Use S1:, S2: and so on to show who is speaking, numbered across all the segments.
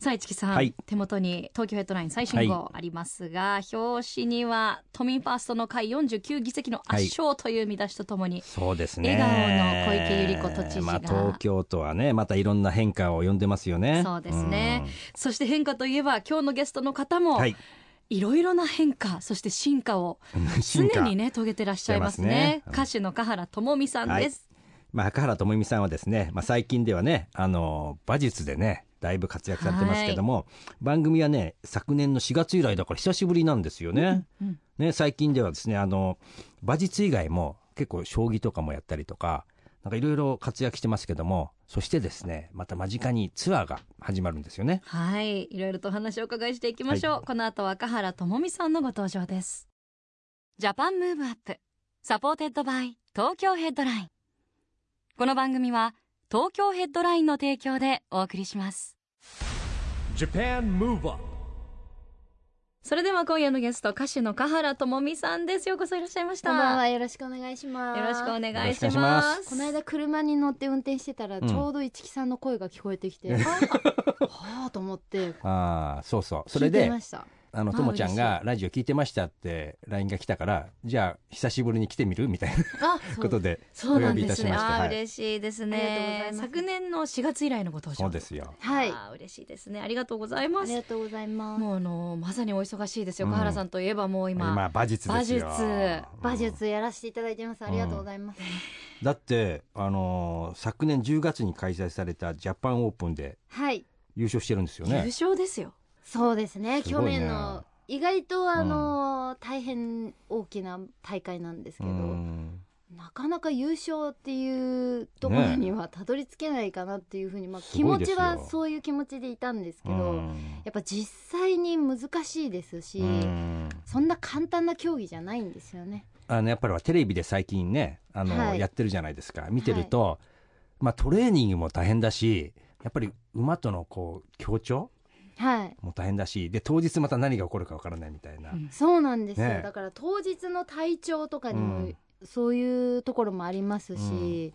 S1: さあ市木さん、
S2: はい
S1: 手元に東京ヘッドライン最新号ありますが、表紙には都民ファーストの会49議席の圧勝という見出しとともに、
S2: そうですね
S1: 笑顔の小池百合子都知事が
S2: まあ、東京都はねまたいろんな変化を呼んでますよね
S1: そうですね、そして変化といえば今日のゲストの方
S2: うん
S1: も
S2: はい
S1: いろいろな変化そして進化を常
S2: 進化
S1: にね遂げてらっしゃいます
S2: して
S1: ね
S2: ますね
S1: 歌手の香原朋美さんです、
S2: まあ、赤原智美さんはですね、まあ、最近ではね、あの馬術でねだいぶ活躍されてますけども、番組はね昨年の4月以来だから久しぶりなんですよね。ね最近ではですねあの馬術以外も結構将棋とかもやったりとかなんかいろいろ活躍してますけどもそしてですねまた間近にツアーが始まるんですよね。
S1: はい、いろいろとお話をお伺いしていきましょう。この後は赤原智美さんのご登場です。ジャパンムーブアップ、サポーテッドバイ東京ヘッドライン。この番組は東京ヘッドラインの提供でお送りします。
S3: Japan Move Up
S1: それでは今夜のゲスト、歌手の香原智美さんです。ようこそいらっしゃいました。
S4: こんばんは。よろしくお願いします。
S1: よろしくお
S4: いし
S1: 願いし
S2: よろしくお願い
S1: ま。
S2: しますす
S4: この間車に乗って運転してたら、
S2: ん
S4: ちょうど市木さんの声が聞こえてきて、 はあと思って。
S2: ああそうそうそ
S4: 聞
S2: れ
S4: いて
S2: で
S4: ました
S2: あの
S4: あ
S2: ともちゃん
S4: 嬉
S2: がラジオ聞いてましたって LINE が来たからじゃあ久しぶりに来てみるみたいな
S4: あ、そ
S2: こと
S4: う
S2: でお
S4: そうな
S2: 呼
S4: ん
S2: びい
S4: で
S2: た
S4: す
S2: し
S4: ね
S2: ました。
S1: あー
S2: はい、
S1: 嬉しいです
S4: ありがとうござ
S1: ね
S4: い。ます
S1: 昨年の4月以来のご登場。
S2: そうですよ。
S4: はい
S1: あー嬉しいですね。ありがとうござい
S4: あ
S1: ます
S4: り。がとうございます。
S1: もうあのまさにお忙しいですよ、
S2: うん
S1: 香原さんといえばもう今
S2: 今馬術ですよ
S1: 馬術
S4: 馬術やらせていただいてます。ありがとうございます。
S2: だってあのー昨年10月に開催されたジャパンオープンで
S4: はい、
S2: 優勝してるんですよ
S1: 優
S2: ね
S1: 勝ですよ、
S4: そうですね。
S2: す
S4: 去
S2: ごいね
S4: 年の意外とあのー大変大きな大会なんですけ
S2: う
S4: ど、
S2: ん
S4: なかなか優勝っていうところにはたどり着けないかなっていうふうに、まあ気持ち
S2: すごい
S4: は
S2: ですよ
S4: そういう気持ちでいたんですけ
S2: う
S4: ど。
S2: ん
S4: やっぱ実際に難しいですし、
S2: うん
S4: そんな簡単な競技じゃないんですよね。
S2: あのやっぱりテレビで最近ねあの、
S4: はい
S2: やってるじゃないですか見てると、まあ、トレーニングも大変だしやっぱり馬とのこう協調
S4: はい。
S2: も大変だしで当日また何が起こるかわからないみたいな、
S1: うん
S4: そうなんですよ。
S2: ねえ
S4: だから当日の体調とかに
S2: う
S4: も
S2: ん
S4: そういうところもありますし、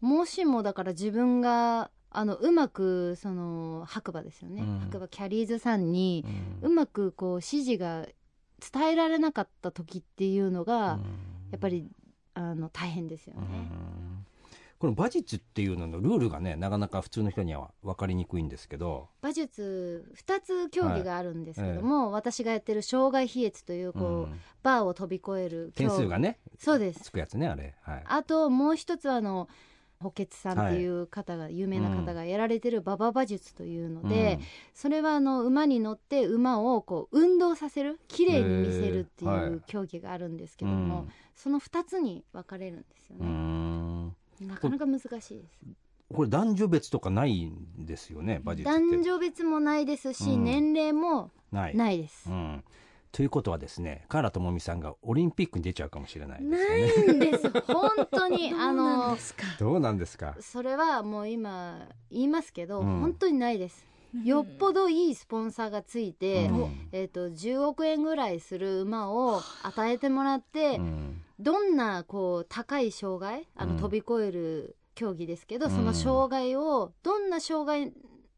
S4: もしもだから自分があのうまくその白馬ですよね、
S2: うん
S4: 白馬キャリーズさんに
S2: うん
S4: うまくこう指示が伝えられなかった時っていうのが、やっぱりあの大変ですよ
S2: う
S4: ね。
S2: んこの馬術っていうののルールがねなかなか普通の人には分かりにくいんですけど、
S4: 馬術2つ競技があるんですけども、私がやってる障害飛越というこう、
S2: うん
S4: バーを飛び越える競
S2: 点
S4: 技
S2: 数がね
S4: そうです
S2: つくやつねあれ、はい、
S4: あともう一つはあの補欠さんっていう方が、有名な方がやられてる馬場馬術というので、それはあの馬に乗って馬をこう運動させる綺麗に見せるって
S2: へーはい
S4: いう競技があるんですけども、その2つに分かれるんですよ
S2: うん、う
S4: ね、
S2: ん
S4: なかなか難しいです
S2: これ男女別とかないんですよね馬術って
S4: 男女別もないですし、
S2: うん
S4: 年齢も
S2: ない
S4: ないです、
S2: うん、ということはですねカラともみさんがオリンピックに出ちゃうかもしれないですよ
S4: な
S2: ね
S4: いんです 本当にあ
S1: どうなん
S4: の
S1: ですか
S2: どうなんですか
S4: それはもう今言いますけど、
S2: うん
S4: 本当にないですよっぽどいいスポンサーがついて、
S2: うん
S4: えっと10億円ぐらいする馬を与えてもらって、
S2: うん
S4: どんなこう高い障害あの、
S2: うん
S4: 飛び越える競技ですけど、
S2: うん
S4: その障害をどんな障害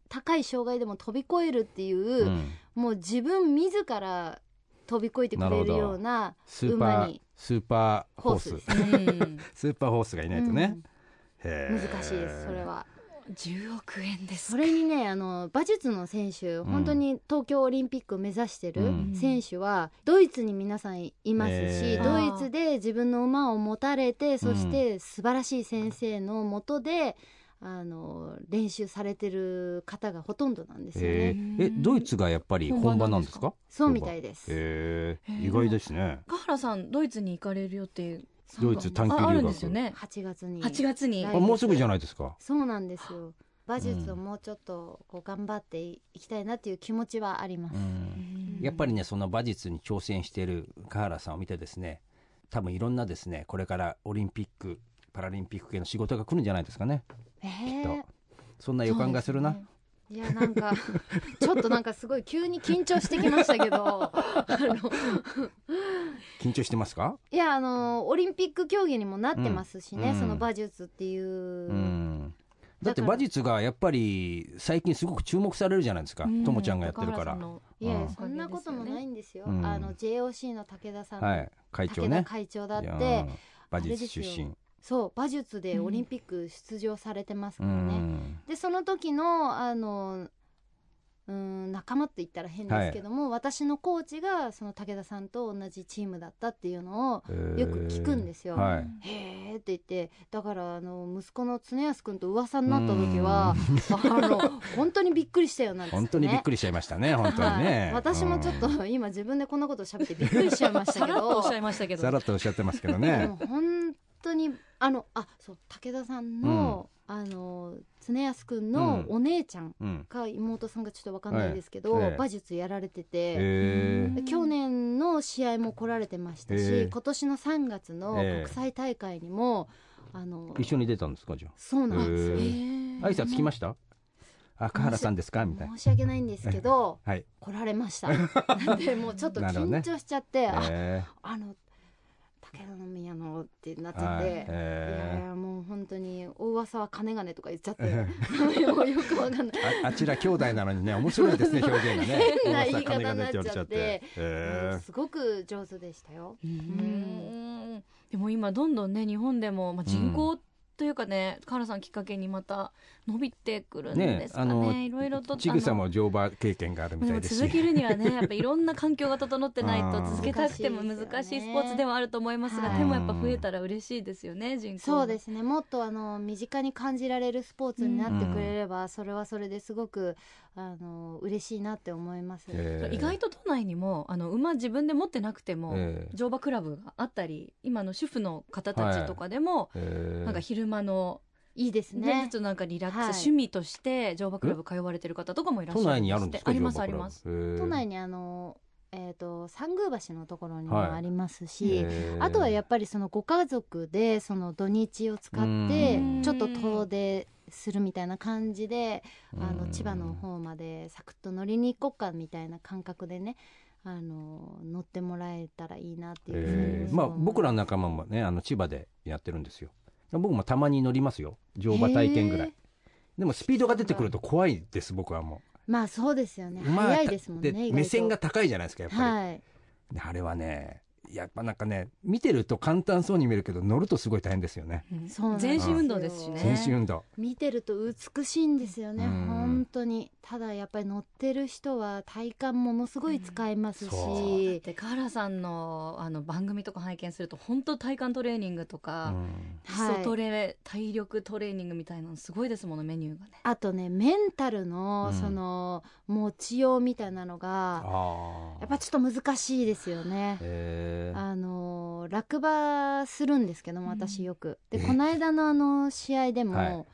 S4: 高い障害でも飛び越えるっていう
S2: う、ん
S4: もう自分自ら飛び越えてくれるような
S2: スーパ
S4: 馬
S2: ー
S4: に
S2: スーパー
S4: コ
S2: ホー
S4: ー
S2: ス
S4: スです
S1: うん
S2: スーパーホースがいないとね、へ
S4: 難
S2: ー
S4: しいですそれは。
S1: 10億円です
S4: それにねあの馬術の選手、本当に東京オリンピックを目指して
S2: う
S4: る
S2: ん
S4: 選手は、ドイツに皆さんいますし、
S2: えー
S4: ドイツで自分の馬を持たれてそして素晴らしい先生のもとで、あの練習されてる方がほとんどなんですよね、
S2: へーえドイツがやっぱり本場なんですか
S4: そうみたいです、
S2: へ
S1: へ
S2: え
S1: ー
S2: 意外ですね
S1: 香原さんドイツに行かれる予定
S2: ドイツ短期
S1: ああ
S2: 留
S1: るんですよ
S2: 学
S1: ね
S4: 8月に
S1: 8月に
S4: 来
S2: あ
S4: 月
S2: もうすぐじゃないですか
S4: そうなんですよ馬術をもうちょっとこう頑張っていきたいなっていう気持ちはあります、
S2: うん
S1: うん
S2: いやっぱりねその馬術に挑戦している香原さんを見てですね多分いろんなですねこれからオリンピックパラリンピック系の仕事が来るんじゃないですかねき
S4: え
S2: っ
S4: ー
S2: とそんな予感がするな
S4: そうですねいやなんかちょっとなんかすごい急に緊張してきました けどあの
S2: 緊張してますか
S4: いやあのオリンピック競技にもなってますしね、
S2: うん
S4: その馬術っていう、
S2: うんだって
S4: だから
S2: 馬術がやっぱり最近すごく注目されるじゃないですか
S1: うん
S2: ともちゃんがやってるか
S1: 高原
S2: ら
S1: さんの
S4: いやい
S2: うん
S4: やそんなこともないんですよ、
S2: うん
S4: あの JOC の武田さん、
S2: はい会長
S4: 武田
S2: ね
S4: 会長だっ
S2: いや
S4: て
S2: ー馬
S4: あれ
S2: 術
S4: です
S2: 出
S4: よ
S2: 身
S4: そう馬術でオリンピック出場されてます
S2: う
S4: からね、
S2: ん
S4: でその時のあのうん仲間って言ったら変ですけども、私のコーチがその武田さんと同じチームだったっていうのをよく聞くんですよ
S2: はい
S4: 「へえ」って言ってだからあの息子の常安君と噂になった時はあの本当にびっくりしたよなんですよね。
S2: 本当にびっくりしちゃいましたね本当に
S4: は
S2: ね
S4: い 私もちょっ
S2: うん
S4: と今自分でこんなこと喋ってびっくりしちゃいました
S1: さ
S4: け
S1: らっとお
S4: ど
S1: っしゃいましたけど
S2: さらっとおっしゃってますけど
S4: で
S2: ね
S4: も本当にあのあそう武田さんの,、あの常安君のお姉ちゃん
S2: うん
S4: か妹さんがちょっとわかんないですけど、
S2: はいええ
S4: 馬術やられてて、
S2: へー
S1: え
S4: 去年の試合も来られてましたし、
S2: ええ
S4: 今年の3月の
S2: ええ
S4: 国際大会にも、あの
S2: 一緒に出たんですかじゃ
S4: そうなんですよ、
S2: へえあ挨拶来ましたあ香原さんですかみたいな
S4: 申し訳ないんですけど
S2: はい
S4: 来られま したなんでもうちょっと
S2: なるほどね
S4: 緊張しちゃって、あ
S2: え
S4: あの武田宮のってなっち
S2: ー
S4: ゃっ
S2: はい
S4: て。いやい
S2: え
S4: やもう本当に大噂は金金とか言っちゃって
S2: え
S4: もうよくわかんない
S2: ーああちら兄弟なのにね面白い ですね表現がね
S4: 変な言
S2: 大
S4: い方
S2: 阪
S4: になっちゃ
S2: 金が出
S4: って
S2: 言われえ
S4: うん
S2: ー
S4: すごく上手でしたよ。
S1: うーんでも今どんどんね日本でも、まあ、人口というかね、カーラさんきっかけにまた伸びてくるんですか
S2: ね
S1: ね
S2: あの
S1: いろいろと
S2: ちぐさ
S1: あの
S2: も乗馬経験があるみ
S1: で
S2: た
S1: も
S2: いです
S1: 続
S2: し
S1: けるにはねやっぱいろんな環境が整ってな い
S2: あ
S1: と
S2: ー
S1: 続けたくても
S4: 難しいですよね
S1: 難しいスポーツではあると思いますが、
S4: はい
S1: でもやっぱ増えたら嬉しいですよね人口
S4: そうですすねもっとあの身近に感じられるスポーツになってくれれば、それはそれですごくあの嬉しいなって思います。
S2: えー
S1: 意外と都内にもあの馬自分で持ってなくても、
S2: えー
S1: 乗馬クラブがあったり今の主婦の方たちとかでも、
S2: えー
S1: なんか昼間の
S4: いいです
S1: ね、
S4: ね
S1: ちょっとなんかリラックス、
S4: はい
S1: 趣味として乗馬クラブ通われてる方とかもいらっしゃ
S2: 都
S1: る
S2: 内にあるんですか
S1: あります
S2: 乗馬
S1: あり
S2: クラブ
S1: ます。
S2: えー
S4: 都内にあのえー、と三宮橋のところに
S2: はい
S4: もありますし、
S2: えー
S4: あとはやっぱりそのご家族でその土日を使っ
S2: う
S4: て
S2: ん
S4: ちょっと遠出するみたいな感じであ
S2: う
S4: の
S2: ん
S4: 千葉の方までサクッと乗りに行こうかみたいな感覚でねあの乗ってもらえたらいいなっていうふうに
S2: え
S4: す
S2: ー
S4: ご
S2: ま
S4: い
S2: あ
S4: 思い
S2: 僕らの仲間もねあの千葉でやってるんですよ僕もたまに乗りますよ乗馬体験ぐら
S4: へ
S2: い
S4: ー
S2: でもスピードが出てくると怖いです僕はも
S4: まあそうですよね
S2: う
S4: 早いですもんね
S2: で
S4: 意外と
S2: 目線が高いじゃないですかやっぱり、
S4: はい
S2: であれはねやっぱなんかね見てると簡単そうに見えるけど乗るとすごい大変ですよね
S1: うん
S4: そうなんです
S1: 全
S4: よ
S1: 身運動ですしね。
S2: 全身運動
S4: 見てると美しいんですよね
S2: うん
S4: 本当にただやっぱり乗ってる人は体幹ものすごい使います
S2: うん
S4: し、
S2: そう
S1: でカーラさんのあの番組とか拝見すると本当体幹トレーニングと
S2: う
S1: か、
S2: ん
S1: 基礎トレ、体力トレーニングみたいなのすごいですもんねメニューがね。
S4: あとねメンタルの
S2: うん
S4: その持ちようみたいなのが
S2: ああ
S4: やっぱちょっと難しいですよね。
S2: えー
S4: あのー落馬するんですけども
S1: うん
S4: 私よく、
S2: え
S4: でこの間のあの試合でも、
S2: はい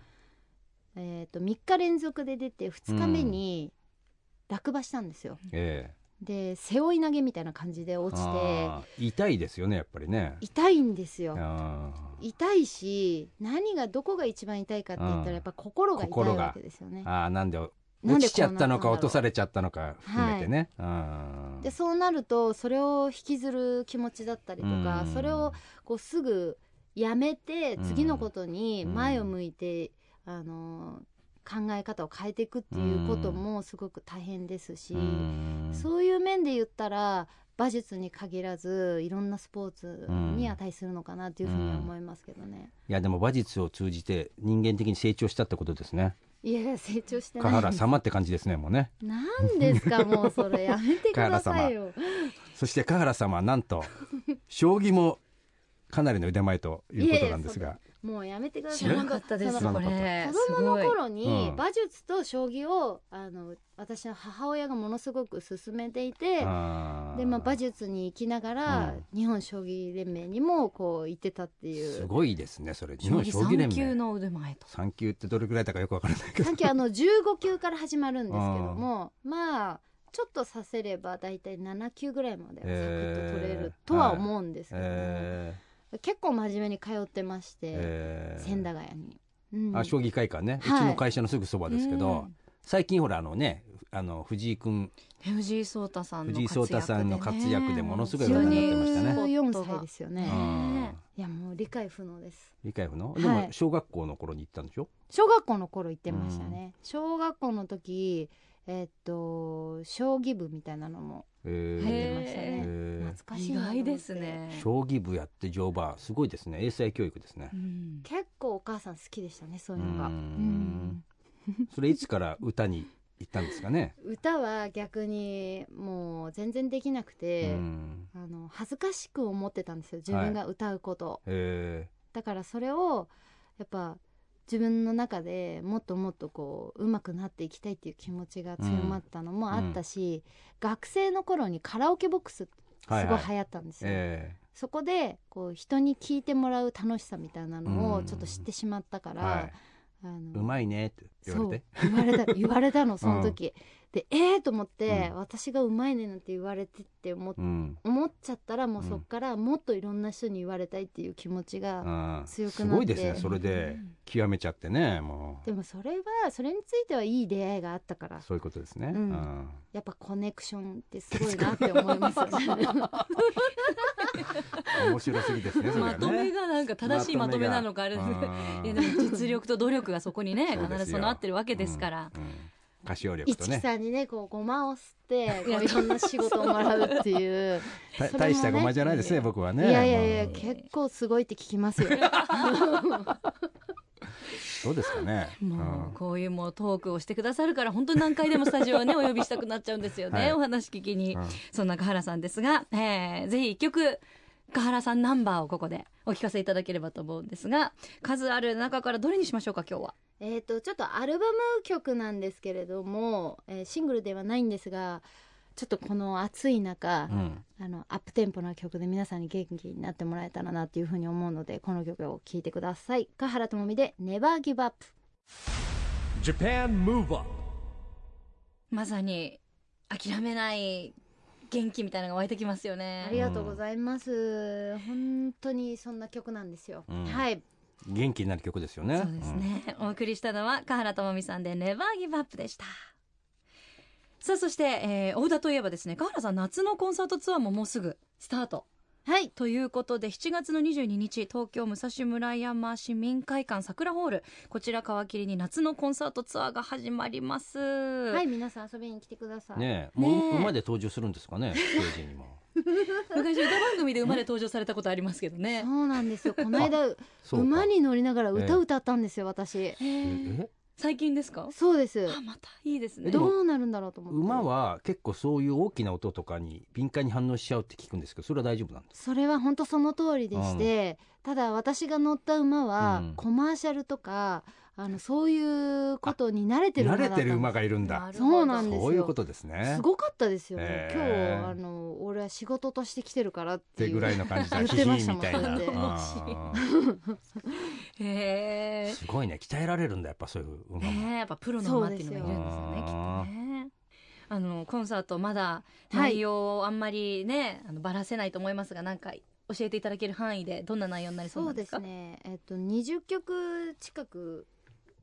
S4: えー、と3日連続で出て2日目に落馬したんですよ、
S2: え
S4: で背負い投げみたいな感じで
S2: ー
S4: 落ちて
S2: あー痛いですよねやっぱりね
S4: 痛いんですよ
S2: あー
S4: 痛いし何がどこが一番痛いかって言った
S2: うん
S4: らやっぱ心が痛い
S2: 心が
S4: わけですよね
S2: あーなんで落
S4: なんで
S2: ちちゃったのか
S4: こうなったんだ
S2: 落
S4: ろう
S2: とされちゃったのか含めてね、あー
S4: でそうなるとそれを引きずる気持ちだったりとか
S2: うん
S4: それをこうすぐやめて
S2: うん
S4: 次のことに前を向いて、あの考え方を変えていくっていうこともすごく大変ですし、
S2: うん
S4: そういう面で言ったら馬術に限らずいろんなスポーツに値するのかなというふうには思いますけどね。
S2: いやでも馬術を通じて人間的に成長したってことですね
S4: いやいや成長して
S2: 香
S4: ない
S2: 原様って感じですねもうね
S4: なんですかもうそれやめてくださいよ。
S2: そして香原様はなん と将棋もかなりの腕前ということなんですが
S4: もうやめてくだ
S1: 知
S4: さい。
S1: らなかったで
S4: そ
S1: す
S4: の
S2: 知ら
S1: こ
S2: なかった
S1: れ。
S4: 子供の頃に
S2: うん
S4: 馬術と将棋をあの私の母親がものすごく勧めていて
S2: あー
S4: で、まあ、馬術に行きながら、日本将棋連盟にもこう行ってたってい
S2: す
S4: う。
S2: ごいですねそれ日
S1: 将
S2: 本
S1: 棋
S2: 将棋連
S1: 三級
S2: 盟
S1: の腕前と。
S2: 三級ってどれくらいだかよくわからないけど
S4: さっきあの15級から始まるんですけどもまあちょっとさせれば大体7級ぐらいまではサクッと取れるとは思うんですけどね、
S2: え
S4: 結構真面目に通ってまして、
S2: ーえー
S4: 千駄ヶ谷に、うん
S2: あ将棋会館ね、
S4: はいう
S2: ちの会社のすぐそばですけど、
S1: うん
S2: 最近ほらあのねあの藤井君
S1: 藤井聡太さんの
S2: 藤井聡太さんの活躍でものすご
S4: い
S1: 話
S4: 話
S1: 題
S4: 題
S1: に
S4: に
S1: なっ
S4: なって
S1: ま
S4: て
S1: し
S4: ましたたね
S1: ね
S4: 14歳ですよね
S2: うん
S4: いやもう理解不能です
S2: 理解不能、
S4: はい
S2: でも小学校の頃に行ったんでしょ
S4: 小学校の頃行ってましたね、小学校の時えっと将棋部みたいなのも
S2: え
S4: 入
S2: ー
S4: ってましたね、
S2: えー
S4: 懐かしい
S1: 意
S4: なと思って
S1: 外ですね、
S2: 将棋部やって乗馬すごいですね英才教育ですね
S1: うん
S4: 結構お母さん好きでしたねそういうのが
S2: うーん
S4: うん
S2: それいつから歌に行ったんですかね
S4: 歌は逆にもう全然できなく
S2: う
S4: て、
S2: ん
S4: あの恥ずかしく思ってたんですよ自分が歌うことを、
S2: え
S4: だからそれをやっぱ自分の中でもっともっとこう上手くなっていきたいっていう気持ちが強まったのもあったし、学生の頃にカラオケボックスすご
S2: はいいはい
S4: 流行ったんです
S2: ー
S4: よ、
S2: え
S4: そこでこう人に聞いてもらう楽しさみたいなの
S2: う
S4: を
S2: ん
S4: ちょっと知ってしまったか
S2: ー
S4: ら、
S2: はい、
S4: あの
S2: うまいねって言われて
S4: そう言わ れた言われたのその時、でええー、と思って、私がうまいねなんて言われてって思っ
S2: うん
S4: 思っちゃったらもうそっからもっといろんな人に言われたいっていう気持ちが
S2: うん
S4: 強くな
S2: す
S4: って
S2: ごいですねそれで極めちゃってねもう
S4: でもそれはそれについてはいい出会いがあったから
S2: そういうことですね、
S4: うん
S2: うん
S4: やっぱコネクションってすごいなって思います よね
S2: 面白すぎですねそれが
S1: ま
S2: ね
S1: とめがなんか正しいまとめなのかあれですね いやで
S2: ね
S1: も実力と努力がそこにね
S2: そうですよ
S1: 必ず備わってるわけですから、
S2: 歌唱力
S4: 一
S2: と
S4: 木
S2: ね
S4: さんにねこうごまを吸ってこういろんな仕事をもらうっていう、
S2: た
S4: それもね
S2: 大したごまじゃないですね僕はね
S4: いやいやいや
S2: もう
S4: 結構すごいって聞きますよ
S2: そうですかね
S1: も
S2: うん
S1: うこういうもうトークをしてくださるから本当に何回でもスタジオは ねお呼びしたくなっちゃうんですよね、
S2: はい
S1: お話聞きに、
S2: うん
S1: そんな香原さんですが、えーぜひ一曲香原さんナンバーをここでお聞かせいただければと思うんですが数ある中からどれにしましょうか今日は
S4: えっとちょっとアルバム曲なんですけれども、えーシングルではないんですがちょっとこの暑い中、
S2: うん
S4: あのアップテンポな曲で皆さんに元気になってもらえたらなっていうふうに思うのでこの曲を聴いてください香原朋美で「Never Give Up」
S3: Japan Move Up
S1: まさに諦めない元気みたいなのが湧いてきますよね
S4: ありがとうございます。本当にそんな曲なんですよ。
S2: うん
S4: はい。
S2: 元気になる曲ですよね
S1: そうですね、お送りしたのは香原朋美さんで「ネバーギブアップでしたさあそして、えー、大田といえばですね香原さん夏のコンサートツアーももうすぐスタート
S4: はい。
S1: ということで7月の22日東京武蔵村山市民会館桜ホールこちら皮切りに夏のコンサートツアーが始まります
S4: は、
S1: はい
S4: 皆さん遊びに来てください。
S2: ねえも
S1: ね
S2: う
S1: え
S2: 馬で登場するんですかねステージにも
S1: 昔歌番組で生まれ登場されたことありますけどね
S4: そうなんで すよ。この間、
S2: そうか
S4: 馬に乗りながら
S2: ええ
S4: 歌歌ったんですよ、私。
S1: え
S2: え
S1: ー
S2: え
S1: 最近ですか
S4: そうです。
S1: あまたいいですね
S2: でも
S4: どうなるんだろうと思って。
S2: 馬は結構そういう大きな音とかに敏感に反応しちゃうって聞くんですけどそれは大丈夫なんです
S4: それは本当その通りでして、ただ私が乗った馬は、
S2: うん
S4: コマーシャルとか、あの、そういうことに慣れてる馬
S2: 慣
S4: だ
S2: れ
S4: ったんで
S2: て
S4: す
S2: る馬がいるんだ
S1: なるほど
S4: そうなんですよ。
S2: そういうことですね
S4: すごかったですよね。
S2: ええ
S4: 今日、あの、俺は仕事として来てるからっ
S2: ってて
S4: いう。
S2: ぐらいの感じだ
S4: 言っ
S2: ヒ
S4: て
S2: ヒ
S4: ました
S2: ーみ
S4: もん
S2: たいな
S4: だって
S2: あー
S1: へ
S2: すごいね鍛えられるんだやっぱそういう馬
S1: え
S2: も、
S1: ねえやっぱプロの馬っていうのがいるんですよねきっとねあのコンサートまだ内容をあんまりね、あのばらせないと思いますがなんか教えていただける範囲でどんな内容になりそう
S4: そ
S1: な
S4: うん
S1: で
S4: です
S1: か
S4: すね、えっと、20曲近く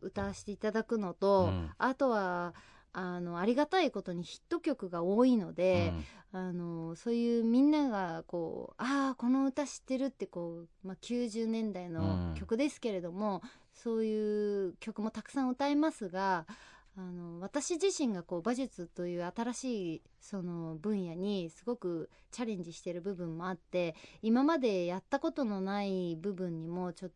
S4: 歌わせていただくのと、
S2: うん
S4: あとはあのありがたいことにヒット曲が多いので、あのそういうみんながこう「ああこの歌知ってる」ってこう、まあ、90年代
S2: うん
S4: の曲ですけれども、そういう曲もたくさん歌いますが。あの私自身がこう馬術という新しいその分野にすごくチャレンジしてる部分もあって今までやったことのない部分にもちょっ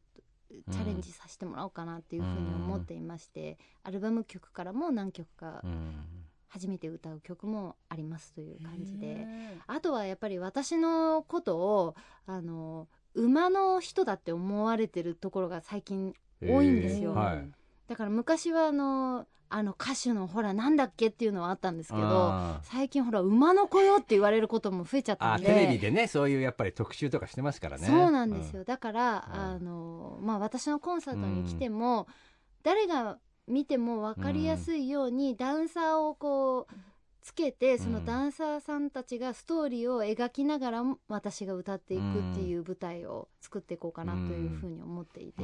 S4: とチャレンジさせてもらおうかなっていうふうに思っていまして、アルバム曲からも何曲か
S2: うんうん
S4: 初めて歌う曲もありますという感じ
S1: う
S4: で、
S1: ん
S4: あとはやっぱり私のことをあの馬の人だって思われてるところが最近多いんですよ
S2: えーはい、
S4: だから昔はあのあの歌手のほらなんだっけっていうのはあったんですけど
S2: あー
S4: 最近ほら馬の子よって言われることも増えちゃった
S2: あー
S4: んで
S2: テレビでねそういうやっぱり特集とかしてますからね
S4: そうなんですよ、、だから、
S2: うん
S4: あのまあ私のコンサートに来ても、誰が見ても分かりやすいように、ダンサーをこうつけてそのダンサーさんたちがストーリーを描きながらも私が歌っていくっていう舞台を作っていこうかなというふうに思っていて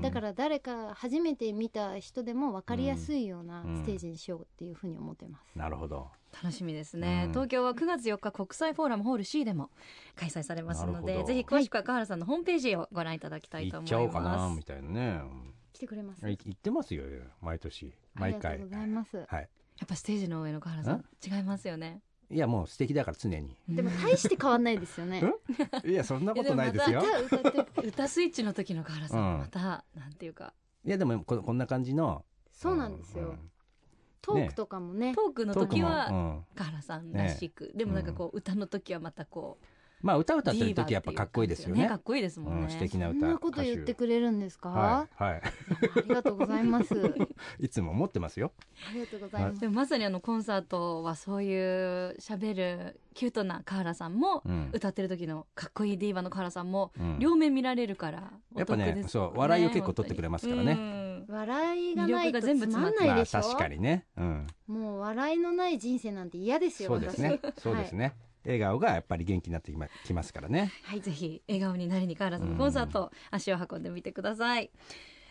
S4: だから誰か初めて見た人でも分かりやすいようなステージにしようっていうふうに思ってます。
S2: なるほど。
S1: 楽しみですね、
S2: うん
S1: 東京は9月4日国際フォーラムホール C でも開催されますの
S2: なる
S1: で
S2: ほど
S1: ぜひ詳しくは川原さんのホームページをご覧いただきたい
S2: 行
S1: と
S2: っ
S1: 思い
S2: ちゃおう
S1: ま
S2: かなみ
S1: す
S2: たいなね。うん
S4: 来てくれます
S2: い行ってますよ毎年毎
S4: あり
S2: 回
S4: がとうございます。
S2: はい。
S1: やっぱステージの上の川原さん違いますよね
S2: いやもう素敵だから常 に。
S4: でも大して変わんないですよね。
S2: いやそんなことないですよ。
S4: 歌歌っ て
S1: 歌スイッチの時の川原さん
S2: うん
S1: また、なんていうか
S2: いやでもここんな感じの。
S4: そうなんです
S2: う
S4: よ。
S2: ん
S4: トークとかもね。
S1: トークの
S2: トーク
S1: 時
S2: も
S1: は、
S2: うん
S1: 川原さんらしく、でもなんかこう、歌の時はまたこう
S2: まあ歌歌って
S1: ディ
S2: る
S1: ーバー
S2: 時やっぱかっこいいですよ
S1: って
S2: ね
S1: う感じ。かっこいいですもんね、
S2: うん素敵な
S4: そ
S2: 歌。
S4: んなこと言ってくれるんですか。
S2: 歌手はいはい。
S4: ありがとうございます。あ
S2: い つも持ってますよ。
S4: りがとうございます。
S1: でもまさにあのコンサートはそういう喋るキュートな川原さんも、
S2: うん
S1: 歌ってる時のかっこいいディーバの川原さんも、
S2: うん
S1: 両面見られるからお
S2: やっぱ
S1: 得
S2: ね
S1: ですよ
S2: そう笑いを結構取ってくれますからね
S1: 本当にうん
S4: 笑いがないとつまんない
S2: まあ
S4: でしょ。
S2: 確かにね。うん。
S4: もう笑いのない人生なんて嫌ですよ。
S2: そうですね。そうですね。笑顔がやっぱり元気になってきまきますからね。
S1: はい、ぜひ笑顔になりに川原さんのコンサート足を運んでみてください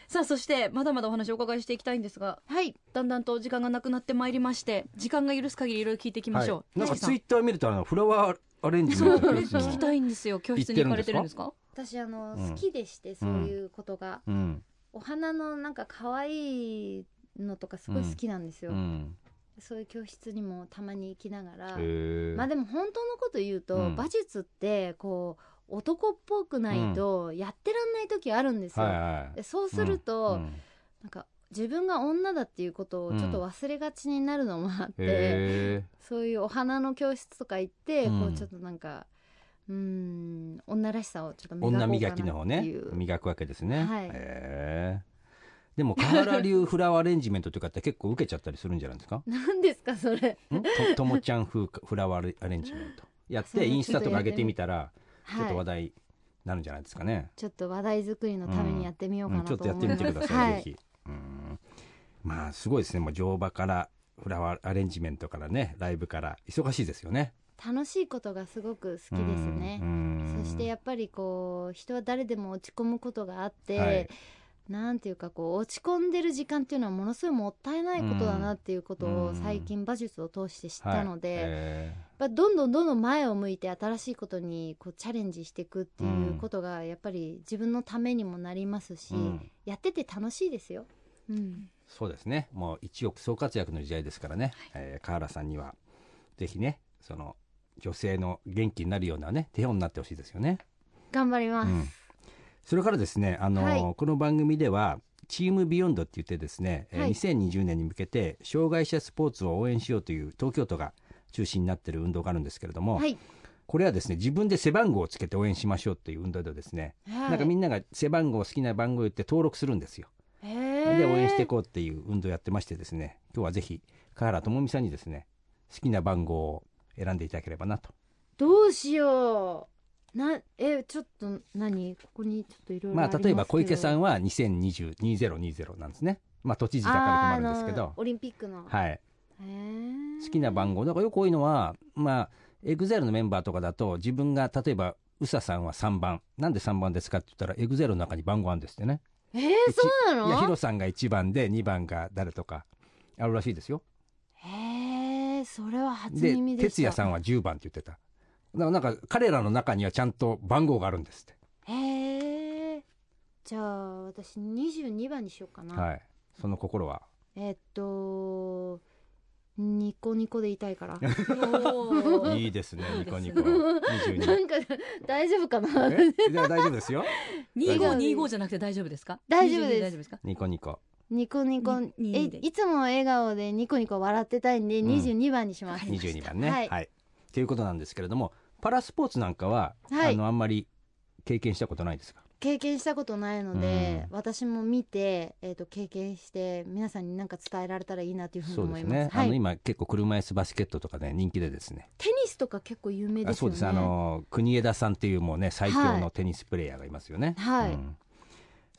S1: さあそしてまだまだお話をお伺いしていきたいんですが
S4: はい。はい。
S1: だんだんと時間がなくなってまいりまして時間が許す限りいろいろ聞いていきましょう、
S2: なんか
S1: 藤
S2: ツ
S1: 井
S2: イッター見るとあのフラワーアレンジ
S1: さん
S2: の
S1: そうこれ
S2: やつ
S1: 聞き
S2: も。
S1: たいんですよ教室に行かれてるんですか
S4: 私あの、
S2: うん
S4: 好きでしてそういうことが、
S2: うん。
S4: お花のなんか可愛いのとかすごい好きなんですよ。
S2: うん。
S4: そういう教室にもたまに行きながら。
S2: へえ
S4: まあでも本当のこと言うと、
S2: うん
S4: 馬術ってこう男っぽくないとやってらんない時あるんですよ。
S2: はいはい。
S4: でそうすると、
S2: うんうん
S4: なんか自分が女だっていうことをちょっと忘れがちになるのもあって、
S2: へ
S4: そういうお花の教室とか行って、
S2: うん
S4: こうちょっとなんかうーん女らしさをちょっと
S2: え
S4: 磨こうかな
S2: 女
S4: ってい
S2: 磨きの方ね
S4: う
S2: 磨くわけですね。
S4: はい。
S2: へえでも河原流フラワーアレンジメントとかって結構受けちゃったりするんじゃないですか
S4: 何ですかそれ、
S2: んとともちゃん風かフラワーアレンジメントやっ
S4: そう
S2: て
S4: です
S2: インスタとか上げてみたらちょっと
S4: は
S2: 話
S4: い
S2: 題になるんじゃないですかね。
S4: ちょっと話題作りのためにやってみようか
S2: ん
S4: なと
S2: ちょっとやっ
S4: 思
S2: て
S4: いま
S2: み
S4: す、
S2: てください、
S4: は
S2: ぜひうんまあすごいですねもう乗馬からフラワーアレンジメントからねライブから忙しいですよね
S4: 楽しいことがすごく好きですねそしてや
S2: っ
S4: っぱりこう人は誰でも落ち込むことがあって、
S2: はい
S4: なんていうかこう落ち込んでる時間っていうのはものすごいもったいないことだなっていうこと
S2: う
S4: を
S2: ん
S4: 最近馬術を通して知ったので、
S2: え
S4: まあ、どんどんどんどん前を向いて新しいことにこうチャレンジしていくっていううんことがやっぱり自分のためにもなりますし、
S2: ーうん
S4: やってて楽しいですよ。うん、
S2: そうですねもう一億総活躍の時代ですからね、えー、河原さんにはぜひねその女性の元気になるようなね手本になってほしいですよね
S4: 頑張ります。
S2: うんそれからですね、あの
S4: はい
S2: この番組ではチームビヨンドって言ってですね、えー
S4: はい
S2: 2020年に向けて障害者スポーツを応援しようという東京都が中心になっている運動があるんですけれども、
S4: はい、
S2: これはですね自分で背番号をつけて応援しましょうという運動でですね、
S4: はい、
S2: なんかみんなが背番号好きな番号を言って登録するんですよ。
S4: へー
S2: で応援していこうっていう運動をやってましてですね、今日はぜひ河原智美さんにですね好きな番号を選んでいただければなと。
S4: どうしよう。なえちょっと何ここにちょっといろいろ
S2: まあ例えば小池さ
S4: ん
S2: んは2020 2020なんですね。まあ都知事だから困るんですけど。
S4: オリンピックの、
S2: はい、
S4: へー
S2: 好きな番号だからよく多いのはまあエグゼルのメンバーとかだと自分が例えば宇佐さんは3番なんで3番ですかって言ったらエグゼルの中に番号あるんですってね
S4: えー、そうない
S2: やヒ
S4: の
S2: ロさんが1番で2番が誰とかあるらしいですよ
S4: へえそれは初
S2: で
S4: 耳でした
S2: 哲也さんは10番って言ってただからなんか彼らの中にはちゃんと番号があるんですって
S4: へえじゃあ私22番にしようかな、
S2: はいその心は
S4: えっとニコニコでいたいから
S2: いいですねニコニコ22
S4: なんか大丈夫か な
S2: えじゃあ大丈夫ですよ
S1: 二五二五じゃなくて大丈夫ですか
S4: 大丈夫です
S1: 大丈夫ですか
S2: ニコニコ
S4: ニコニコ
S1: に
S4: え
S1: にで
S4: いつも笑顔でニコニコ笑ってたいんで
S2: ん
S4: 22番にします、
S2: 22番ね。は、
S4: はいい
S2: ということなんですけれども、パラスポーツなんかは、
S4: はい
S2: あのあんまり経験したことないですか。
S4: 経験したことないので、
S2: う
S4: 私も見て、えっと経験して皆さんに何か伝えられたらいいなというふうに
S2: そう
S4: 思
S2: で
S4: い
S2: す
S4: ます
S2: ね。
S4: は
S2: あの
S4: い、
S2: 今結構車椅子バスケットとかね人気でですね。
S4: テニスとか結構有名
S2: あ
S4: です
S2: そ
S4: よ
S2: う
S4: ね
S2: です。あの国枝さんっていうもうね最強のテニスプレーヤーがいますよね。
S4: はい
S2: うん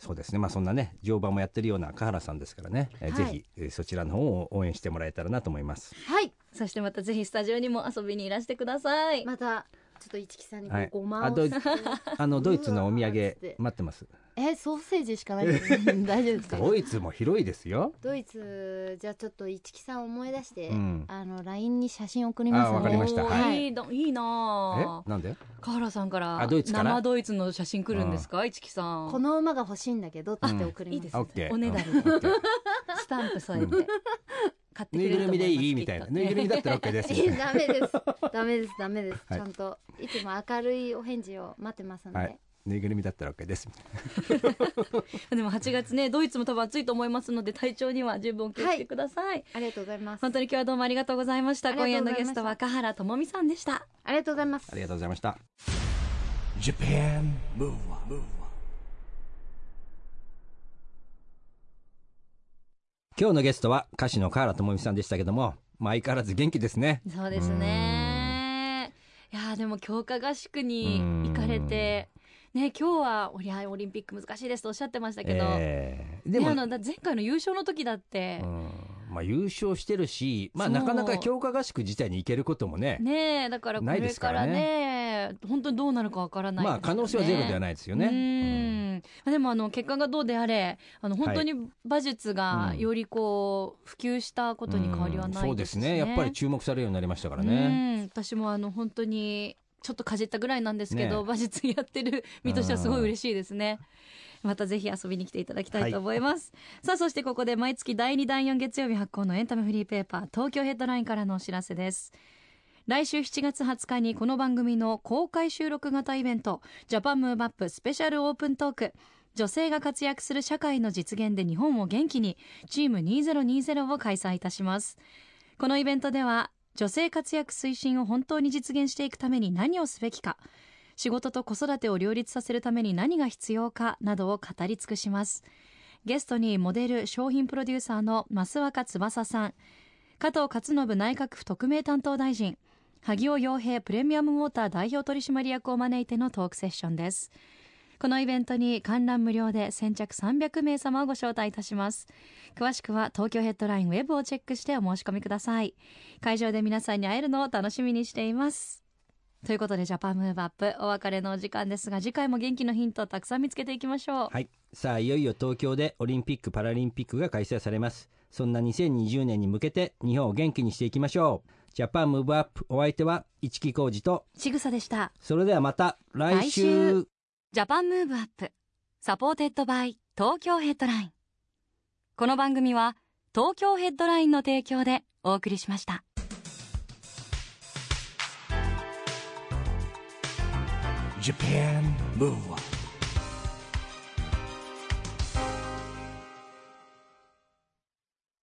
S2: そうですね。まあそんなね乗馬もやってるような香原さんですからね。え
S4: はい
S2: ぜひえーそちらの方を応援してもらえたらなと思います。
S4: はい
S1: そしてまたぜひスタジオにも遊びにいらしてください。
S4: またちょっと市木さんにこ
S2: は
S4: う
S2: い
S4: ごま
S2: あ
S4: を
S2: どう
S4: 吸って、
S2: あのドイツのお土
S4: うわ
S2: 産
S4: ーっつって
S2: 待ってます
S4: えソーセージしかないです 大丈夫ですか
S2: ドイツも広いですよ
S4: ドイツじゃあちょっと市木さん思い出して、
S2: うん
S4: あの LINE に写真送ります
S2: あわかりました
S1: おー、
S2: はい
S1: いどいい
S2: え
S1: なあ
S2: なんで
S1: カ原さんから
S2: あドイツから
S1: 生ドイツの写真来るんですか市木さん
S4: この馬が欲しいんだけどって言って送ります、
S1: いいです
S2: オッケ
S1: ね
S2: ー
S1: おねだり
S2: うんオッケー
S1: スタンプ添えて
S2: う
S1: 買ってく
S2: ぬい
S1: れ
S2: ぐ
S1: ると
S2: る
S1: 思
S2: みでいい
S1: ます
S2: みたいな
S1: きっと
S2: ぬいぐるみだったら OK です
S4: いや ダ メですダメですダメです、
S2: はい
S4: ちゃんといつも明るいお返事を待ってますので、
S2: はいぬいぐるみだったら OK です
S1: でも8月ねドイツも多分暑いと思いますので体調には十分お気をつけください、
S4: ありがとうございます
S1: 本当に今日はどうもありがとうございました
S4: ありが
S1: 今
S4: とうご
S1: 夜
S4: ざいま
S1: のゲス
S4: した
S1: トは若原智美さんでした
S4: ありがとうございます
S2: ありがとうございました
S3: Japan Move Up, Move Up.
S2: 今日のゲストは歌手の河原智美さんでしたけども、まあ、相変わらず元気ですね
S1: そうですねいやーでも強化合宿に行かれてね今日はオリオリンピック難しいですとおっしゃってましたけど、
S2: えー
S1: で
S2: でも、
S1: あのだ前回の優勝の時だって
S2: う、んまあ、優勝してるし、まあ、
S1: そう
S2: なかなか強化合宿自体に行けることもね
S1: ねえだからこ
S2: ない
S1: れ
S2: です
S1: か
S2: からら
S1: ね
S2: ね
S1: 本当にどうなるかわからない
S2: まあ可能性はゼロでは
S1: ない
S2: ないです
S1: よ
S2: よね。
S1: う
S2: うん
S1: んでもあの結果がどうであれあの本当に馬術が
S2: うん
S1: よりこう普及したことに変わりは
S2: うん
S1: な
S2: そ
S1: いうで
S2: ですす
S1: ね。
S2: ねやっぱり注目されるようになりましたから
S1: う
S2: ね。
S1: ん私もあの本当にちょっとかじったぐらいなんですけど、
S2: ね
S1: 馬術やってる身としてはすごい嬉しいですね。またぜひ遊びに来ていただきたいと思います。さあ、そしてここで毎月第2、第4月曜日発行のエンタメフリーペーパー、東京ヘッドラインからのお知らせです。来週7月20日にこの番組の公開収録型イベント、ジャパンムーバップスペシャルオープントーク、女性が活躍する社会の実現で日本を元気に、チーム2020を開催いたします。このイベントでは、女性活躍推進を本当に実現していくために何をすべきか、仕事と子育てを両立させるために何が必要かなどを語り尽くします。ゲストにモデル、商品プロデューサーの増若翼さん、加藤勝信内閣府特命担当大臣、萩尾洋平プレミアムウォーター代表取締役を招いてのトークセッションです。このイベントに観覧無料で先着300名様をご招待いたします。詳しくは東京ヘッドラインウェブをチェックしてお申し込みください。会場で皆さんに会えるのを楽しみにしています。ということで、ジャパンムーブアップ、お別れのお時間ですが、次回も元気のヒントをたくさん見つけていきましょう。
S2: はい、さあいよいよ東京でオリンピック・パラリンピックが開催されますそんな2020年に向けて日本を元気にしていきましょうジャパンムーブアップお相手は市木浩二と
S1: ちぐさでした。
S2: それではまた来
S1: 来週
S2: 週
S1: ジャパンムーブアップサポーテッドバイ東京ヘッドラインこの番組は東京ヘッドラインの提供でお送りしました「
S3: Japan Move Up.